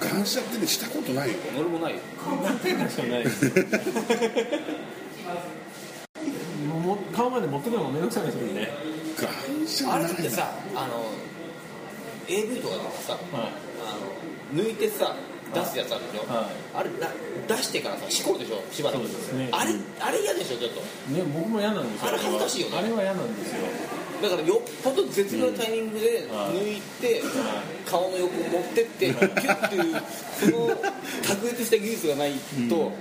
感謝ってねしたことないよ俺もないよ何回かしかないもう顔まで持ってくるのもめんどくさいですもんね、感謝あないれってさあの AV とかだとさはあの抜いてさ出すやつあるでしょ、はあれな出してからさしこるでしょしばらくそうですねあれあれ嫌でしょちょっとい、ね僕も嫌なんですよあれ恥ずかしいよねあれは嫌なんですよだからよっぽど絶妙なタイミングで抜いて、顔の横を持ってって、キュッていうその卓越した技術がないと、ね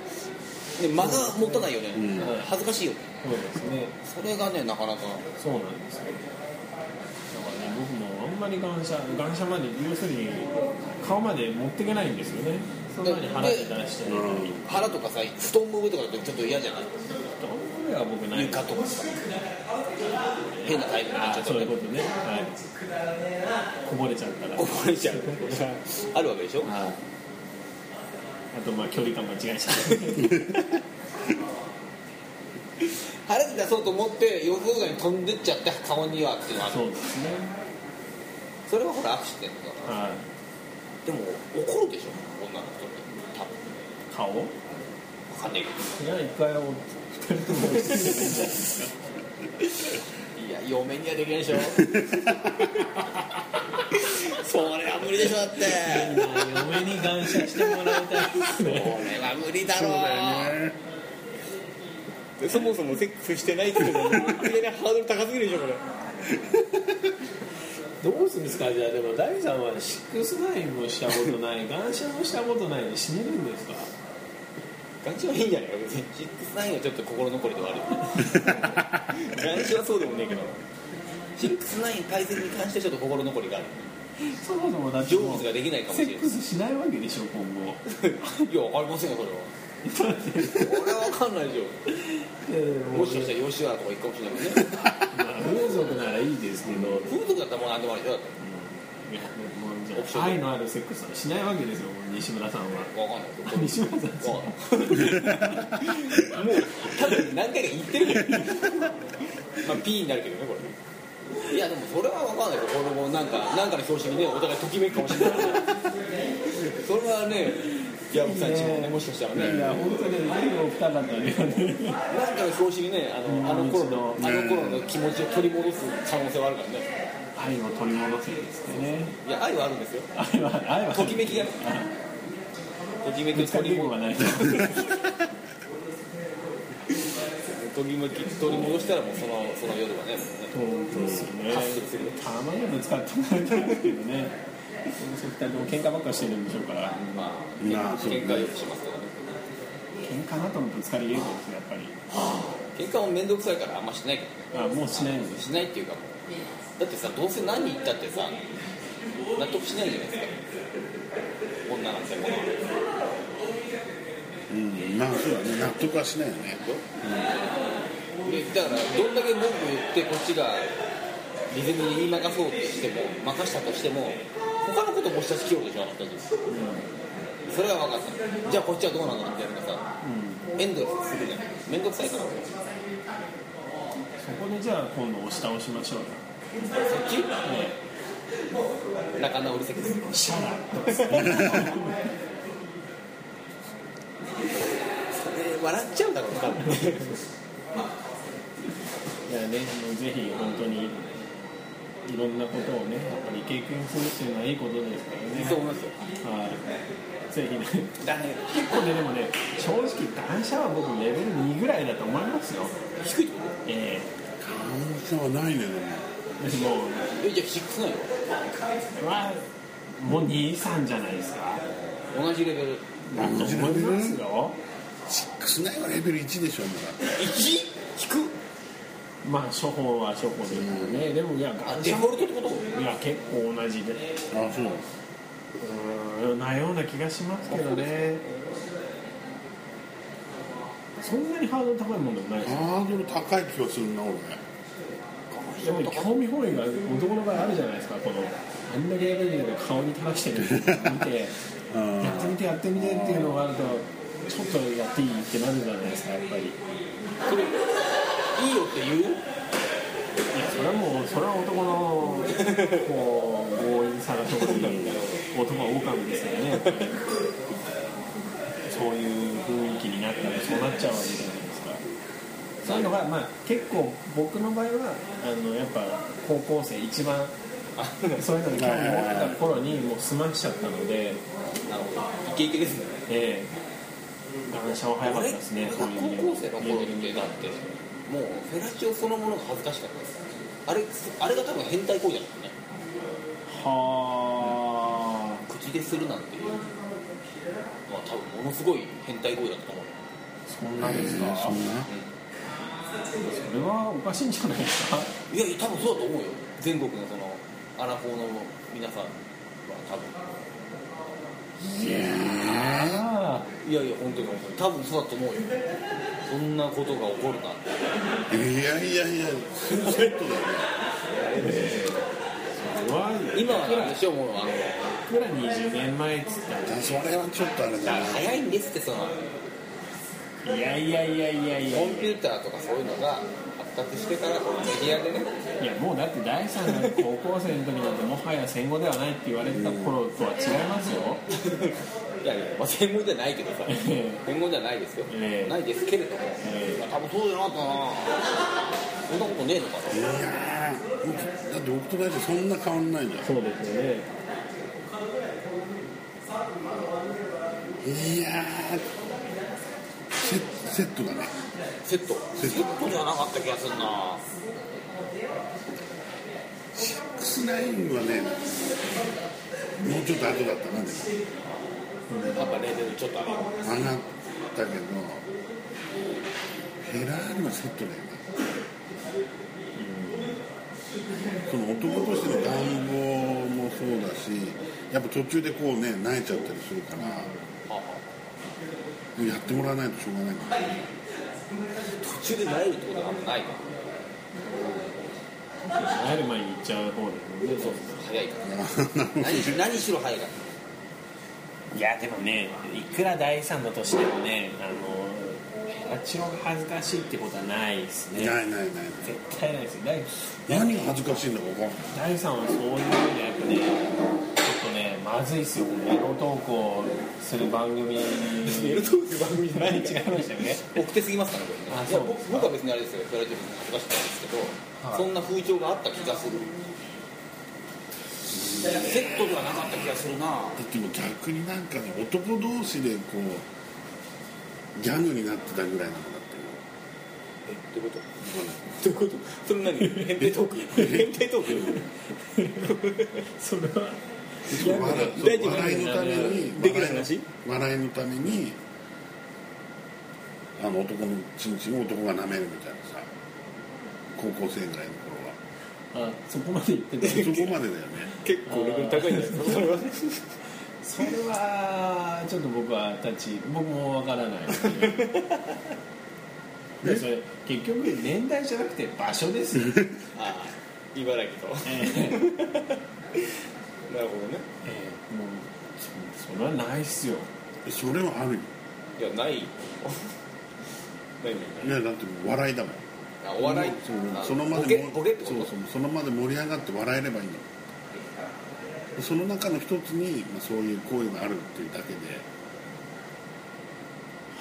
間が持たないよね、ん恥ずかしいよねそうですねそれがねなかなかそうなんですよだからね僕もあんまり感謝感謝まで要するに顔まで持っていけないんですよねそんなに腹で出してないうん腹とかさ布団の上とかだとちょっと嫌じゃないどこでは僕ない床とかさ変なタイミングであちょっそうといねうことね、はい、こぼれちゃ ったらこぼれちゃうあるわけでしょはいあとまあ距離感間違えちゃった腹で出そうと思って予想外に飛んでっちゃって顔にはっていうのはあるそうですねそれはほらアクシデントだからはでも怒るでしょ女の人って多分い顔いわかんないけどや一回お二人とも落ち着いてるじゃないですかいや嫁にはできないでしょ それは無理でしょだって嫁に感謝してもらいたいですそねれは無理だそうろだよねそもそもセックスしてないっていうのもいきなりハードル高すぎるでしょこれどうするんですかじゃあでもダイさんはシックスナインもしたことない感謝もしたことないで死ねるんですかガチはいいんじゃないか別にシックスナインはちょっと心残りではある ガチはそうでもねえけどシックスナイン対戦に関してちょっと心残りがあるそもそもだって成もう仏ができないかもセしれないックスしないわけでしょ今後いや、わかりませんよ、それは。だってこれはわかんないでしいやでょ。ももしかしたら吉原とか行くかもしれないもんね。まあ風俗ならいいですけど、うんい風俗だったらもう何でもありだよ。やもうじゃあ愛のあるセックスはしないわけですよもう西村さんはわかんないけど。西村さんですわかんない。もう、多分何回か言ってるけど。まあ、P になるけどね、これ。いや、でもそれはわかんないよ。これもなんか、なんかの表紙にね、お互いときめくかもしれないから。それはね、矢吹さんちもね、もしかしたらいやね。本当に愛のお二方だねなんかの表紙にね、あの、あの頃の、あの頃の気持ちを取り戻す可能性はあるからね。愛を取り戻せですってねいや、愛はあるんですよ。愛は愛はときめきがねときめきぶつか取りり稽古戻がないとときめき取り戻したらもうそのその夜はねもうね本当ですよねハッスルするよたまにはぶつかってもらいたいですけどねそう二人とも喧嘩ばっかしてるんでしょうからまなああそう喧嘩はよくしますけどね喧嘩なとのぶつかり稽古ですよやっぱり喧嘩も面倒くさいからあんましないけどあもうしないんでねすしないっていうかもうだってさどうせ何言ったってさ納得しないじゃないですか女なんてものはうんまあそうだね納得はしないよねでだからどんだけ文句言ってこっちがリズムに言い任そうとしても任したとしても他のこともしかしてきようでしょあの人たちうんそれは分かったじゃあこっちはどうなのってやるとさうんエンドレスするじゃん面倒くさいからそそこでじゃあ今度押し倒しましょうよっち仲直り席ですシャラッそれ 笑っちゃうだろう多分いやね、もうぜひ本当にいろんなことをね、やっぱり経験するっていうのはいいことですからね。そう思いますよはい。ぜひね、だね結構ね、でもね、正直、断捨は僕、レベル2ぐらいだと思いますよ。低いってこえ感謝はないねでもえでも、とえじゃあ6ないよまあ、もう2、3じゃないですか。同じレベルだと思いますよ。室内はレベル1でしょもうだって1低くまあ、処方は処方ですもんね。でも、いや、あ断デ捨フォルトってこといや、結構同じで。あそううーんなような気がしますけどねそんなにハードル高いもんでもないでハードル高い気はするな俺すでも興味本位が男の場合あるじゃないですかこのあんだけやるんだけど顔に垂らしてるのを見て うんやってみてやってみてっていうのがあるとちょっとやっていいってなるじゃないですかやっぱりいそれいいよって言うやそれはもうそれは男のこう強引さが特に男は狼ですからねやっぱそういう雰囲気になったらそうなっちゃうわけじゃないですかそういうのが、まあ、結構僕の場合はあのやっぱ高校生一番そういうのに興味持ってた頃にもう済ましちゃったので、なるほどイケイケですねええガンシャは早かったですね俺そういう意味で高は校生の頃ってだってもうフェラチオそのものが恥ずかしかったですあれあれが多分変態行為だったねは口でするなんていうのは多分ものすごい変態行為だったと思あうそんなですか、そんなそれはおかしいんじゃないですかいやいや多分そうだと思うよ全国のそのアラフォーの皆さんは多分いやーあいやいや本当に本当に多分そうだと思うよそんなことが起こるなんていやいやいやツーセットだよあそれは今は何でしょうもうあのいくら20年前っつっただそれはちょっとあれだな早いんですってそのらいやいやいやいやいやコンピューターとかそういうのが発達してからこうメディアでねいやもうだって第3の高校生の時なんてもはや戦後ではないって言われてた頃とは違いますよいやいや、まあ、専門じゃないけどさええ専門じゃないですよ、ええないですけれども、ええまあ多分そうじゃなかったなそんなことねえのかいやーだって僕と大体そんな変わんないんだよそうですよねいやーセセットだねなセットセットセットじゃなかった気がするな69はねもうちょっと後だったなでもやっぱレベルちょっとあれ上がったけどフェラーリはセットだよねその男としての願望もそうだしやっぱ途中でこうね泣いちゃったりするからああやってもらわないとしょうがないから途中で慣れるってことはあんまないか入る前に行っちゃう方ですらそう早 いかなるほらど何し何しろ早いからいやでもねいくら第3の年でもねあのラチオが恥ずかしいってことはないですねないないない絶対ないですよ第何が恥ずかしいんだか分かんない第3はそういう意味でやっぱねちょっとねまずいっすよエロ投稿する番組にメルトーク番組じゃ違いましたよね奥手すぎますからこれねあいやそう僕僕は別にあれですよ言われてるの恥ずかしくないですけど、はいそんな風潮があった気がするセットではなかった気がするなだってもう逆になんかね男同士でこうギャグになってたぐらいなんだっえどういうことてどういうことそれ何変態トーク変態トークそれはそう笑大そ丈う夫笑いのためにできない話笑いのためにあの男のチンチンを男が舐めるみたいなさ高校生ぐらいの頃はあそこまで言ってたそこまでだよね結構レベル高いんですよそれはそれはちょっと僕はたち僕もわからないですねでそれ結局年代じゃなくて場所ですよ、 ああ茨城とえええなるほどねえもうそそれはないっすよそれはあるよいやない ないねいやだってもう笑いだもんあお笑いそうあそのまボでケもボケってこそうとそうそのまで盛り上がって笑えればいいんだもんその中の一つに、まあ、そういう行為があるっていうだけで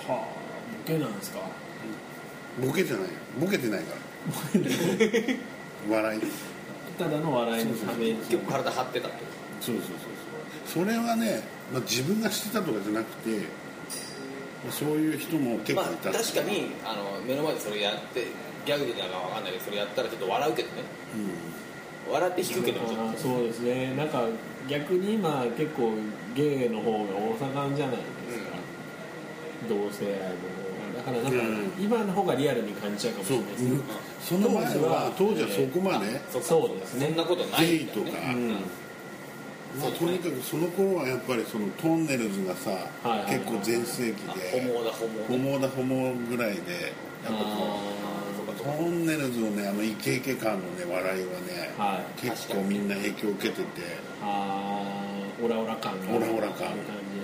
はあボケなんですかボケじゃないよボケてないから 笑いただの笑いのために結構体張ってたってことそうそうそうそうそれはね、まあ、自分がしてたとかじゃなくて、まあ、そういう人も結まあ構いた、確かにあの目の前でそれやってギャグでなんかわかんないけどそれやったらちょっと笑うけどね笑って引くけどちょっとそうですねなんか逆に今結構芸の方が大阪じゃないですか、同性愛の方がだからなんかうん今の方がリアルに感じちゃうかもそしれうないですね、その前当時はは当時はそこまで、そっかそうですねそんなことないゲイんだとよかね、うんまあ、とにかくその頃はやっぱりそのトンネルズがさ、いはい結構全盛期あでホモだホモホモだホモぐらいでやっぱこあうトンネルズのねあのイケイケ感のね笑いはね、ーはい結構みんな影響を受けててあーオラオラ感がオラオラ感ある感じで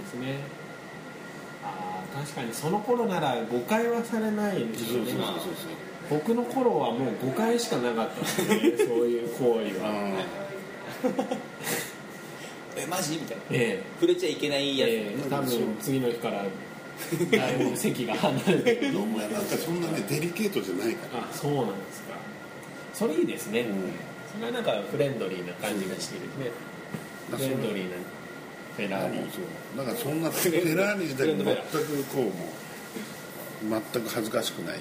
すねあー確かにその頃なら誤解はされないでそうすそようそうねそう僕の頃はもう誤解しかなかったですねそういう行為あはーええマジみたいなえ触れちゃいけないえやつ、ええ多分次の日 からだいぶ席が離れてどうもやなんかそんなねデリケートじゃないからあそうなんですかそれいいですね、うんそれはなんかフレンドリーな感じがしてるね、うんフレンドリーなフェラーリそうだからそんなフェラーリ自体も全くこうもう全く恥ずかしくない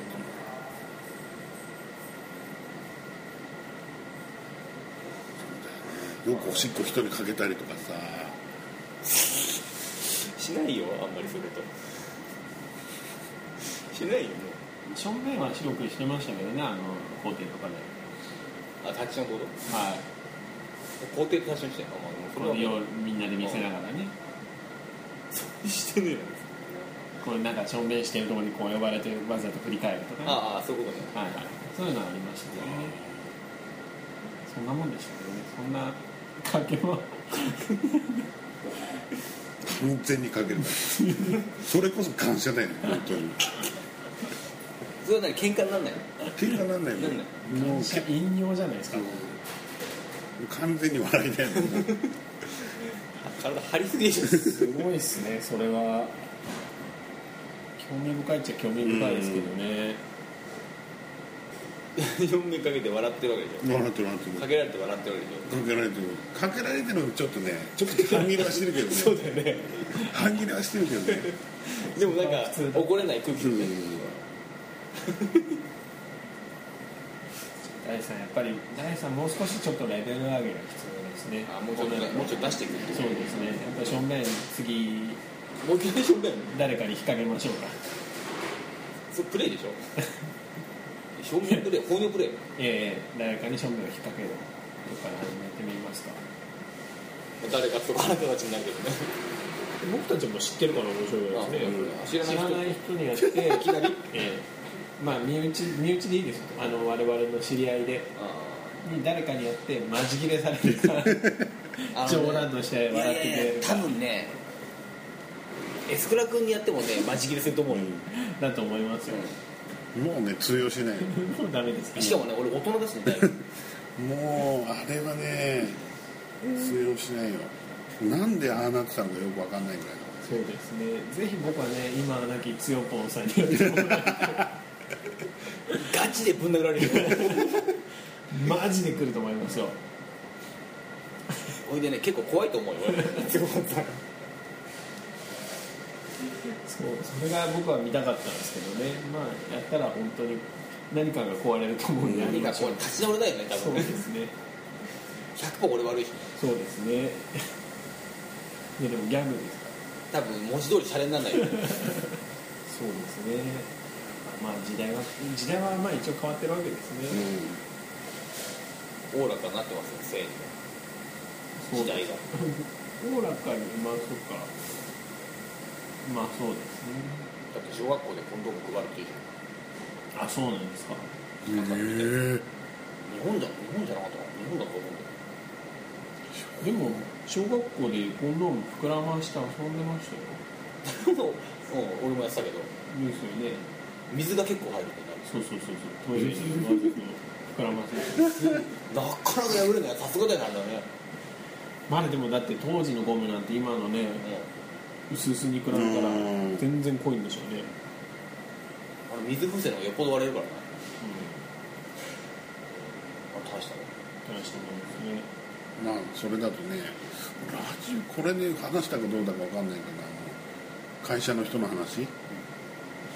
よくおしっこ人にかけたりとかさしないよあんまりそういうことしないよも正面は白くしてましたけどねあの工程とかでうあタッチのことはい工程とタッチのしてんの、まあ、これをもうそれはもみんなで見せながらねうしてねえよこれなんかしょんべんしてるところにこう呼ばれてわざと振り返るとかね、ああそういうことねはいはい、そういうのはありましたねそんなもんでしたけどねそんな関係も完全にかけるからそれこそ感謝だよね本当にそれは何喧嘩になんないの喧嘩なんないもんなんなもう陰陽じゃないですか完全に笑いだよねあ体張りすぎでしょすごいですねそれは興味深いっちゃ興味深いですけどね 4面かけて笑ってるわけでし笑ってる笑ってるょかけられて笑ってるわけでしかけられてるかけられてるのちょっとねちょっと半切れはしてるけどね そうだよね半切れはしてるけどねょでもなんか普通だ怒れない空気うでんね大さんやっぱり大さんもう少しちょっとレベル上げが必要ですねあもうちょっともうちょっと出していくってそうですねやっぱ正面次もう一回でしょみたいな誰かに引っ掛けましょうかそうプレイでしょ 表面プレイ本能プレイええ誰かに正面を引っ掛けるとか始めてみました誰かとかあなたたちになるけどね僕たちも知ってるから面白あうん知らない知ら人 ない人にやっていきなりええまあ身内身内でいいですよあの我々の知り合いでに誰かにやってマジ切れされてからあのね冗談として笑ってくれいやいやいるや多分ねエスクラ君にやってもねマジ切れすると思うよ、だと思いますよもうね通用しないもうダメですかしかもね俺大人だしねだいぶもうあれはね通用しないよなんでああなってたのかよく分かんないぐらいそうですねぜひ僕はね今はなきつよぽんさんにやってもらってガチでぶん殴られるよ マジで来ると思いますよほいでね結構怖いと思うよ俺強かったそうそれが僕は見たかったんですけどねまあやったら本当に何かが壊れると思うんで何かこう立ち直れないよね多そう分でねすね100%俺悪いしそうですねいやでもギャグですから多分文字通りシャレにならないよそうですねまあ時代は時代はまあ一応変わってるわけですね、なおおらかになってますよそう政治が時代がおおらかにまあそっかまあそうですねだって小学校でコンドーム配るっていうじゃあんそうなんですかうんへ日本じゃ日本じゃなかったかな日本だと思うんだよでも小学校でコンドーム膨らまして遊んでましたようん俺もやってたけどですよね水が結構入るんそうそうそうそうトイレにまずこう膨らませてだよなかなか破れないさすがだよなあれだね、まあでもだって当時のゴムなんて今のね薄々に比べたらうん全然濃いんでしょうね、あの水風船の方がよっぽど割れるからなあ大したねうん、大したもんですねえまあそれだとねラジオこれで話したかどうだか分かんないけどあの会社の人の話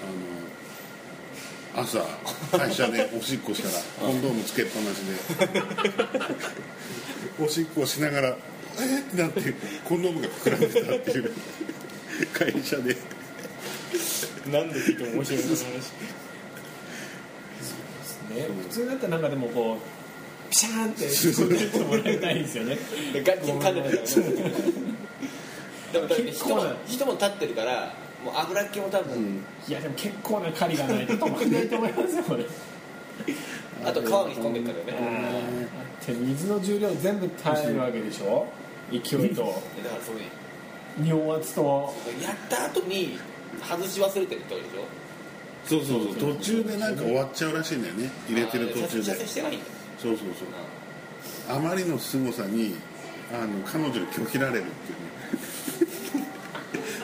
あの朝会社でおしっこしたらコンドームつけっぱなしでおしっこをしながら「えっ?」ってなってコンドームが膨らんでたっていう会社で。なんで聞いても面白い話そうですね普通だったらなんかでもこうピシャーンって飛んでってもらいたいんですよねでガッチン噛んでたからねでもだって結人構もな人も立ってるからもう油っ気も多分、いやでも結構な狩りがないと止まんないと思いますよこれあと川に引っ込んでったからねで水の重量全部耐えるわけでしょ勢いとでだからそれ尿圧とやった後に外し忘れてるってわけでしょそうそうそう途中でなんか終わっちゃうらしいんだよね入れてる途中あー射で精してないんだそうそうそうあまりの凄さにあの彼女に拒否られるっていうね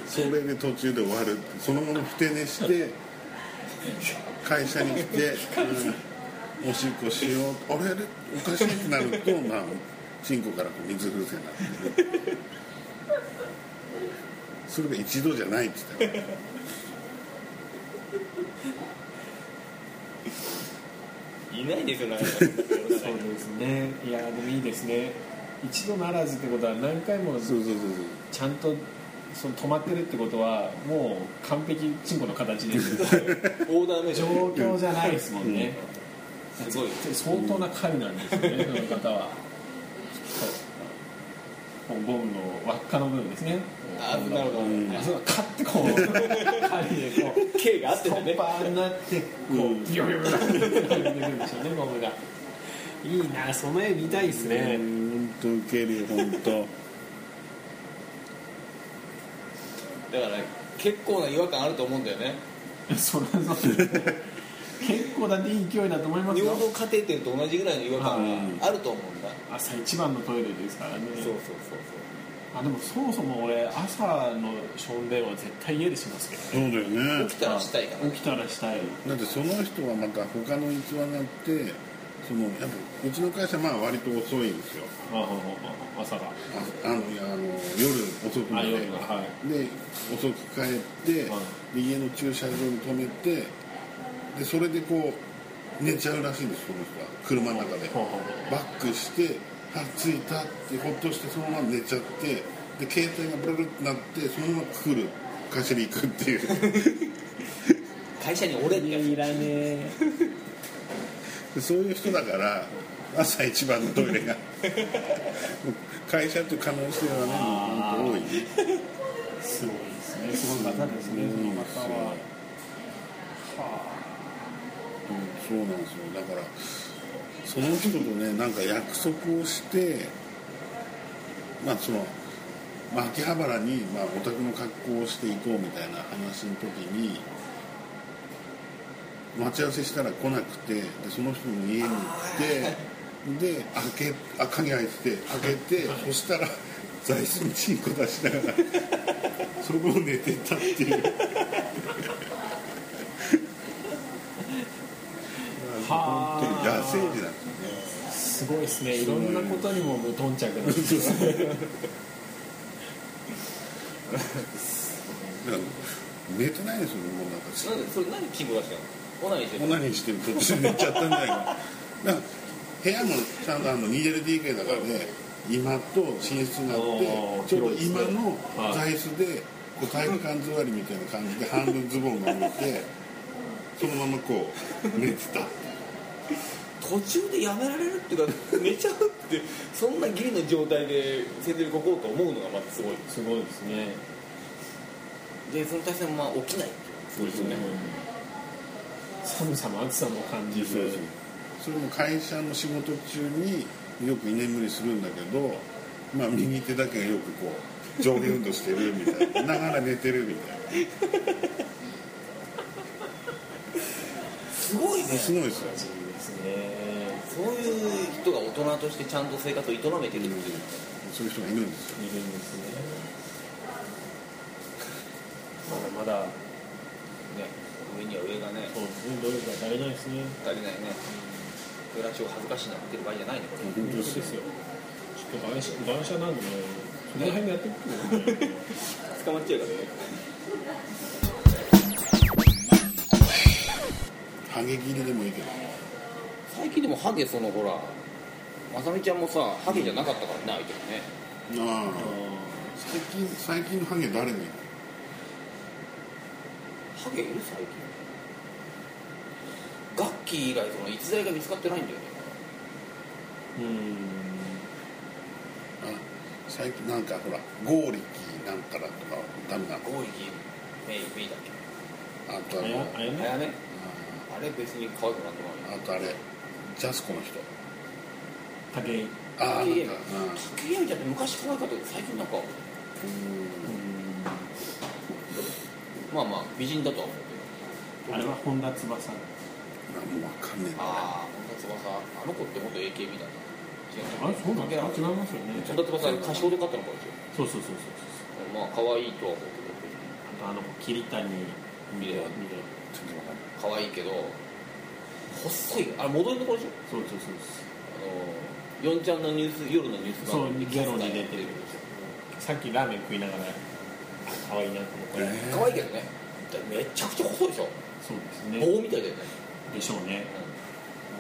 それで途中で終わるそのものふて寝して会社に来て、うんおしっこしようあれあれおかしいってなるとまあチンコからこう水風船になって、ね、それが一度じゃないって言ったらいないですよなかなかそうですねいやでもいいですね一度ならずってことは何回もそうそうそうちゃんとその止まってるってことはもう完璧チンコの形ですよオーダーメイド状況じゃないですもんね、すごい相当な狩りなんですよね、その方は。こうゴムの輪っかの部分ですね。あなるほどうんあそうカッてこう 狩りでこう。 K があってストたねッパーになってこううんビヨビヨビヨって出てくるんでしょうねゴムが。いいなその絵見たいですそうねね。本当ウケるよ本当だから結構な違和感あると思うんだよねそれはそうですね。結構だっていい勢いだと思います尿よ。道カテーテルと同じぐらいの違和感があると思うんだ朝一番のトイレですからね。そうそうそあでもそもそも俺朝のションベンは絶対家でしますけそうどね。だよねうそう起きたらしたいから起きたらしたい。だってその人はまた他の逸話があってそのやっぱうちの会社はまあ割と遅いんですよあああ朝が。ああのいやあの夜遅くまあで、夜のはで遅く帰って、はで家の駐車場に止めてでそれでこう寝ちゃうらしいんですその人は車の中で、ほうほうほうバックして「あ着いた」ってほっとしてそのまま寝ちゃってで携帯がブルブルってなってそのまま来る会社に行くっていう う会社に俺ってやつらねえでそういう人だから朝一番のトイレが もう会社っていう可能性はねもう本当多いねすごいですねすごい方ですねその方ははうん、そうなんですよだからその人とねなんか約束をしてまあその、まあ、秋葉原に、まあ、お宅の格好をしていこうみたいな話の時に待ち合わせしたら来なくてでその人の家に行ってで開けあ鍵開いてて開けてそしたら座椅子にチンコ出しながらその後寝てたっていう。は本当に野生児なんですよねあすごいですねいすろごいんなことにも無頓着なんですねだから寝てないですよねもうなんかなんでそれ何チンコ出してんのオナニーしてんオのナニーしてる途中で寝ちゃったんじゃないかなだから部屋もちゃんとあの 2LDK だからね今と寝室があおっーてちょうど今の座広椅子でこう体育館座りみたいな感じで半分ズボンが見えてそのままこう寝てた途中でやめられるっていうか寝ちゃうってそんなギリの状態で洗濯ここうと思うのがまずすごいすごいですねでその対戦もまあ起きないそうですよね寒さも暑さも感じるそれも会社の仕事中によく居眠りするんだけど、まあ、右手だけがよくこう上下運動してるみたいなながら寝てるみたいなすごいねすごいですよ感じですねそういう人が大人としてちゃんと生活を営めてるっていう、そういう人がいるんですよいるんですねまだまだね上には上がねそうですね努力が足りないですね足りないね暮らしを恥ずかしいなってる場合じゃないねこれ本本当ですよちょっと会社会社なんでねその辺でやってみてください捕まっちゃうからねハゲ切りでもいいけど最近でもハゲそのほらまさみちゃんもさハゲじゃなかったからね相手があねあ最近最近のハゲ誰がいるハゲいる最近ガッキー以外その逸材が見つかってないんだよねうんあ最近なんかほらゴーリキなんからとかダメなのゴーイキメイメイだっけあとああやのあやあねやねあれ別に可愛くなってもらあとあれジャスコの人竹井ああなんかいやいやうんう竹井絵美ちゃんって昔可愛かったけど最近なんかまあまあ美人だとは思うあれは本田翼うんなんもわかんねえなああ本田翼あの子って本当 AKB だなあれそうなの関係なかった違いますよねだってまさに歌唱で買ったのかでそしょうそうそうそうまあ可愛いとは思あとあうの桐谷けど見れば見れ全然わかんない可愛いけど細いあれ戻りのころでしょそうそうそうあのヨンちゃんのニュース夜のニュース番組そうゲロにキャスター出やっててるるさっきラーメン食いながら可愛いなと思った、え可愛いけどねだってめちゃくちゃ細いでしょそうですね棒みたいだよね、でしょうね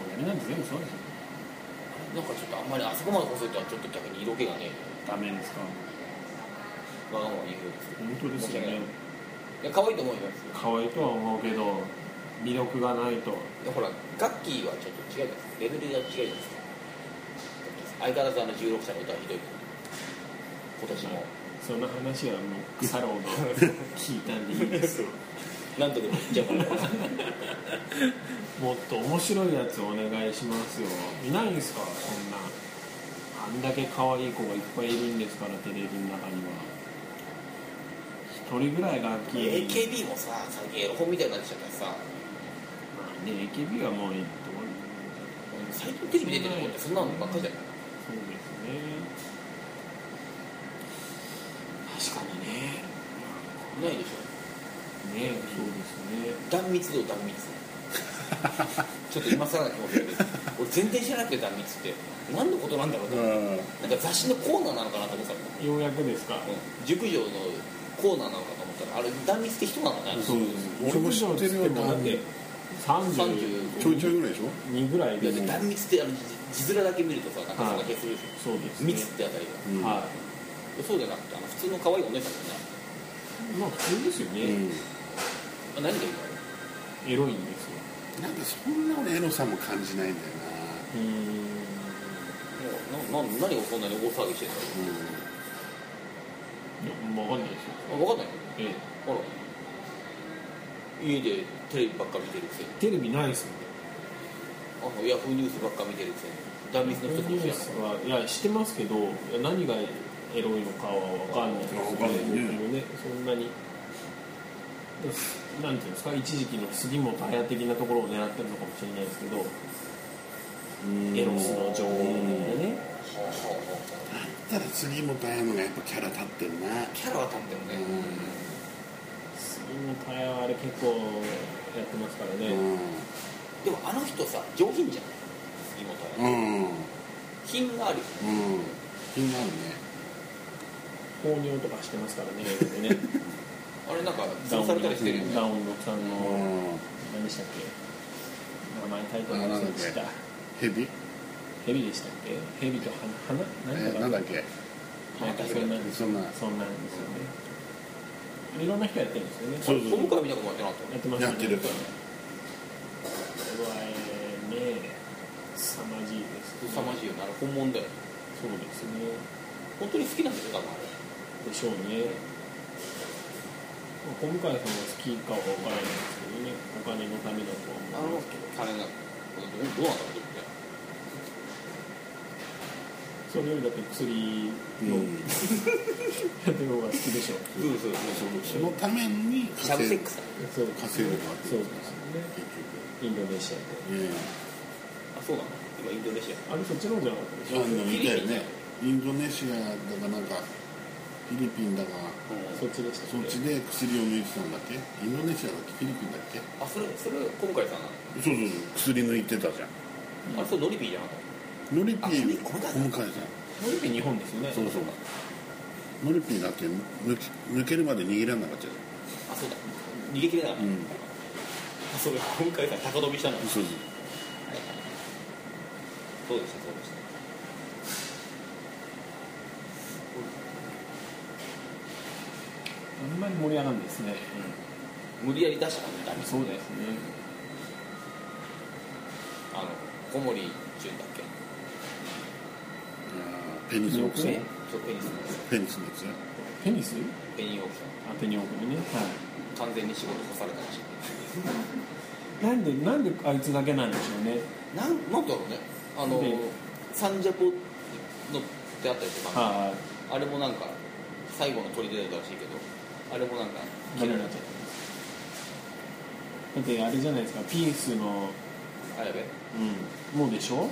もうやりなんて全部そうですようんなんかちょっとあんまりあそこまで細いとはちょっと逆に色気がねダメですかわがまま言うようですけ本当ですよどねいや可愛いと思いますよ可愛いとは思うけど魅力がないといやほらガッキーはちょっと違うじゃないですかレベルが違うじゃないですか相変わらずあの16歳の歌はひどいけど今年もその話はもう腐るほど聞いたんでいいです何とでも言っちゃうからもっと面白いやつお願いしますよいないんですかそんなあんだけ可愛い子がいっぱいいるんですからテレビの中には一人ぐらいがキー AKB もさ最近エロ本みたいになっちゃったらさまあね AKB はもうどう最近テレビ出てる子ってそんなのばっかじゃないそうですね確かにねないでしょねそうですね断密度断 密ちょっと今更な気持ちだけど俺全然知らなくて断密って何のことなんだろうと思っうんてなんか雑誌のコーナーなのかなと思ったのようやくですか熟女のコーナーなのかと思ったらあれ断密って人なのねそう俺も知ってるよだってちょい32ちょいぐらいでしょぐらいでいやで断密ってあの字字面だけ見るとさなんかそんな気がするでしそうですょね密ってあたりがうんはそうじゃなくてあの普通の可愛いお姉さんじゃいまないあ普通ですようんねあ何がいいんだろエロいうんですよなんかそんな俺エロさも感じないんだようんもうなな何がそんなに大騒ぎしてるんなだうん分かんないですよろう分かんないえほら家でテレビばっか見てるくせにえテレビないですもんあヤフーニュースばっか見てるくせに断密の人ニとュー知スらなはいいや知ってますけど何がエロいのかは分かんないですわかんないね僕もねそんなになんていうんですか一時期の杉本隼的なところを狙ってるのかもしれないですけどエロスの女王でねはあはあはあはただ次も大変のがやっぱキャラ立ってるなあキャラは立ってるね杉本隼はあれ結構やってますからうねんでもあの人さ上品じゃん妹うはんうん品があるよ気になるね放尿とかしてますから ね英語でねあれなんかダウ潰ンされたりしてるよねダウン六さんうのん何でしたっけ名前タイトル忘れてたヘビヘビでしたっけヘビと花花え何なんだだかっけなんかそんなんですそんなそんなんですよねいろんな人やってるんですよそうね小向川みたいなことやってなかやってますやよねってるこれはえーね凄まじいですった凄まじいよねあれ本物だよそうですね本当に好きなんだよ多分あれでしょうねまあ小向川さんが好きかは分からないですけどねお金のためだとあは思うの金がどうどうなんだろうってそれよりだって薬うのんやってる方が好きでしょそうそうそそのうためにシャブセックスそう稼いでもらってそうるでんですすか結ねインドネシアで局えあそうなの今インドネシアあれそっちの方じゃなかったでしえょあのいたよねインドネシアだかなんかフィリピンだかそっちでしたそっちで薬を抜いてたんだっけインドネシアだっけフィリピンだっけあそれそれ小向川さんなそうそうそう薬抜いてたじゃんのあれそれノリピーじゃなかっノリピあーこれだ小向さんそれって日本ですよねそうそうノリピーだって抜き抜けるまで逃げられなかったじたあそうだ逃げ切れなかった、うんあそれ小向川さん高飛びしたのゃんそうそうそうでしたそうでしたあんまり盛り上がるんですね、無理やり出したからねダメそうですねあの小森純だっけあーペニスの奥さんよそうペニスのやつペニスのやつペニスペニーオフさ当てに送るね、ん完全に仕事干されたらしいなんでなんであいつだけなんでしょうねなんなんだろうねあの、でサンジャポのってあったりとか、はあれもなんか最後の取り出たらしいけどあれもなんかいダメになっちゃっただってあれじゃないですかピースのあやべうんもうでしょ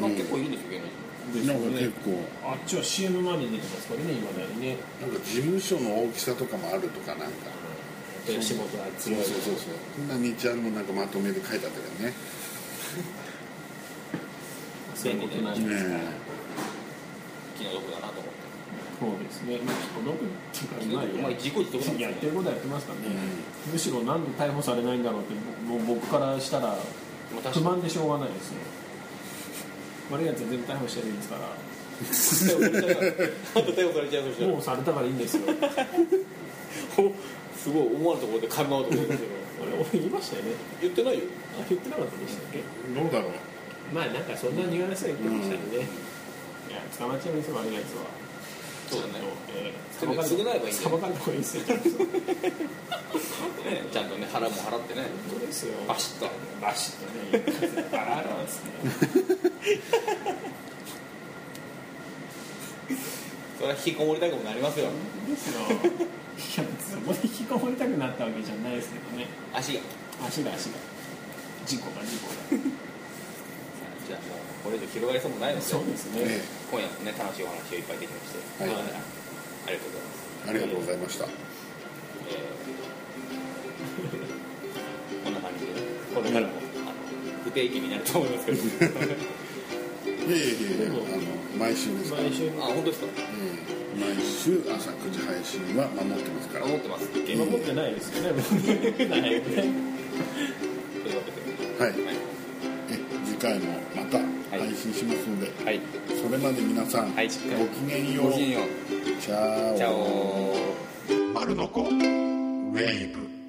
まあ、結構いるんですよ芸能ですなよんか結ね構あっちは CM まで出てますからねいまだにねなんか事務所の大きさとかもあるとかなんかで仕事はそう強いそうそうそうそんなにちゃんのなんかまとめで書いてあったけどねそういうことなんねですか、人気の毒だなと思ってそうですねまあ気の毒っていうかまあお前自己自得なんやでっすてるよことはやってますからね、むしろなんで逮捕されないんだろうってもう僕からしたらまあ確か不に満でしょうがないですね悪いやつは全部逮捕してるんですからあと逮捕されちゃうとしたらもうされたからいいんですよおすごい思わぬところでカムアウトするんですけど俺俺言いましたよね言ってないよあ言ってなかったでしたっけうんどうだろうまあなんかそんなニュアンスは言ってましたよね、いや捕まっちゃうんですよ悪いやつはそうだねえーでも裁償えばいいんだよ裁かれた方がいいですよちゃんと本ねちゃんとね腹も払ってね当ですよバシッとバシッとねバラバラですねそれは引きこもりたくもなりますよですよいやそこで引きこもりたくなったわけじゃないですけどね足が足が足が事故が事故がじゃあもうこれ以上広がりそうもないのでそうですねね今夜もね楽しいお話をいっぱいできまして、はいありがとうございまありがとうございましす、たえーこんな感じでこれからもあの不定期になると思いますけどいやいやいやいやあの毎週ですから、毎週あ本当ですかうん毎週朝9時配信は守ってますから思ってますというわ守ってないですよねないよね けはいではいえ次回もまた配信しますので、はいそれまで皆さん、はいごきげんよごうきげんよチャうオチャオ丸のこウェーブ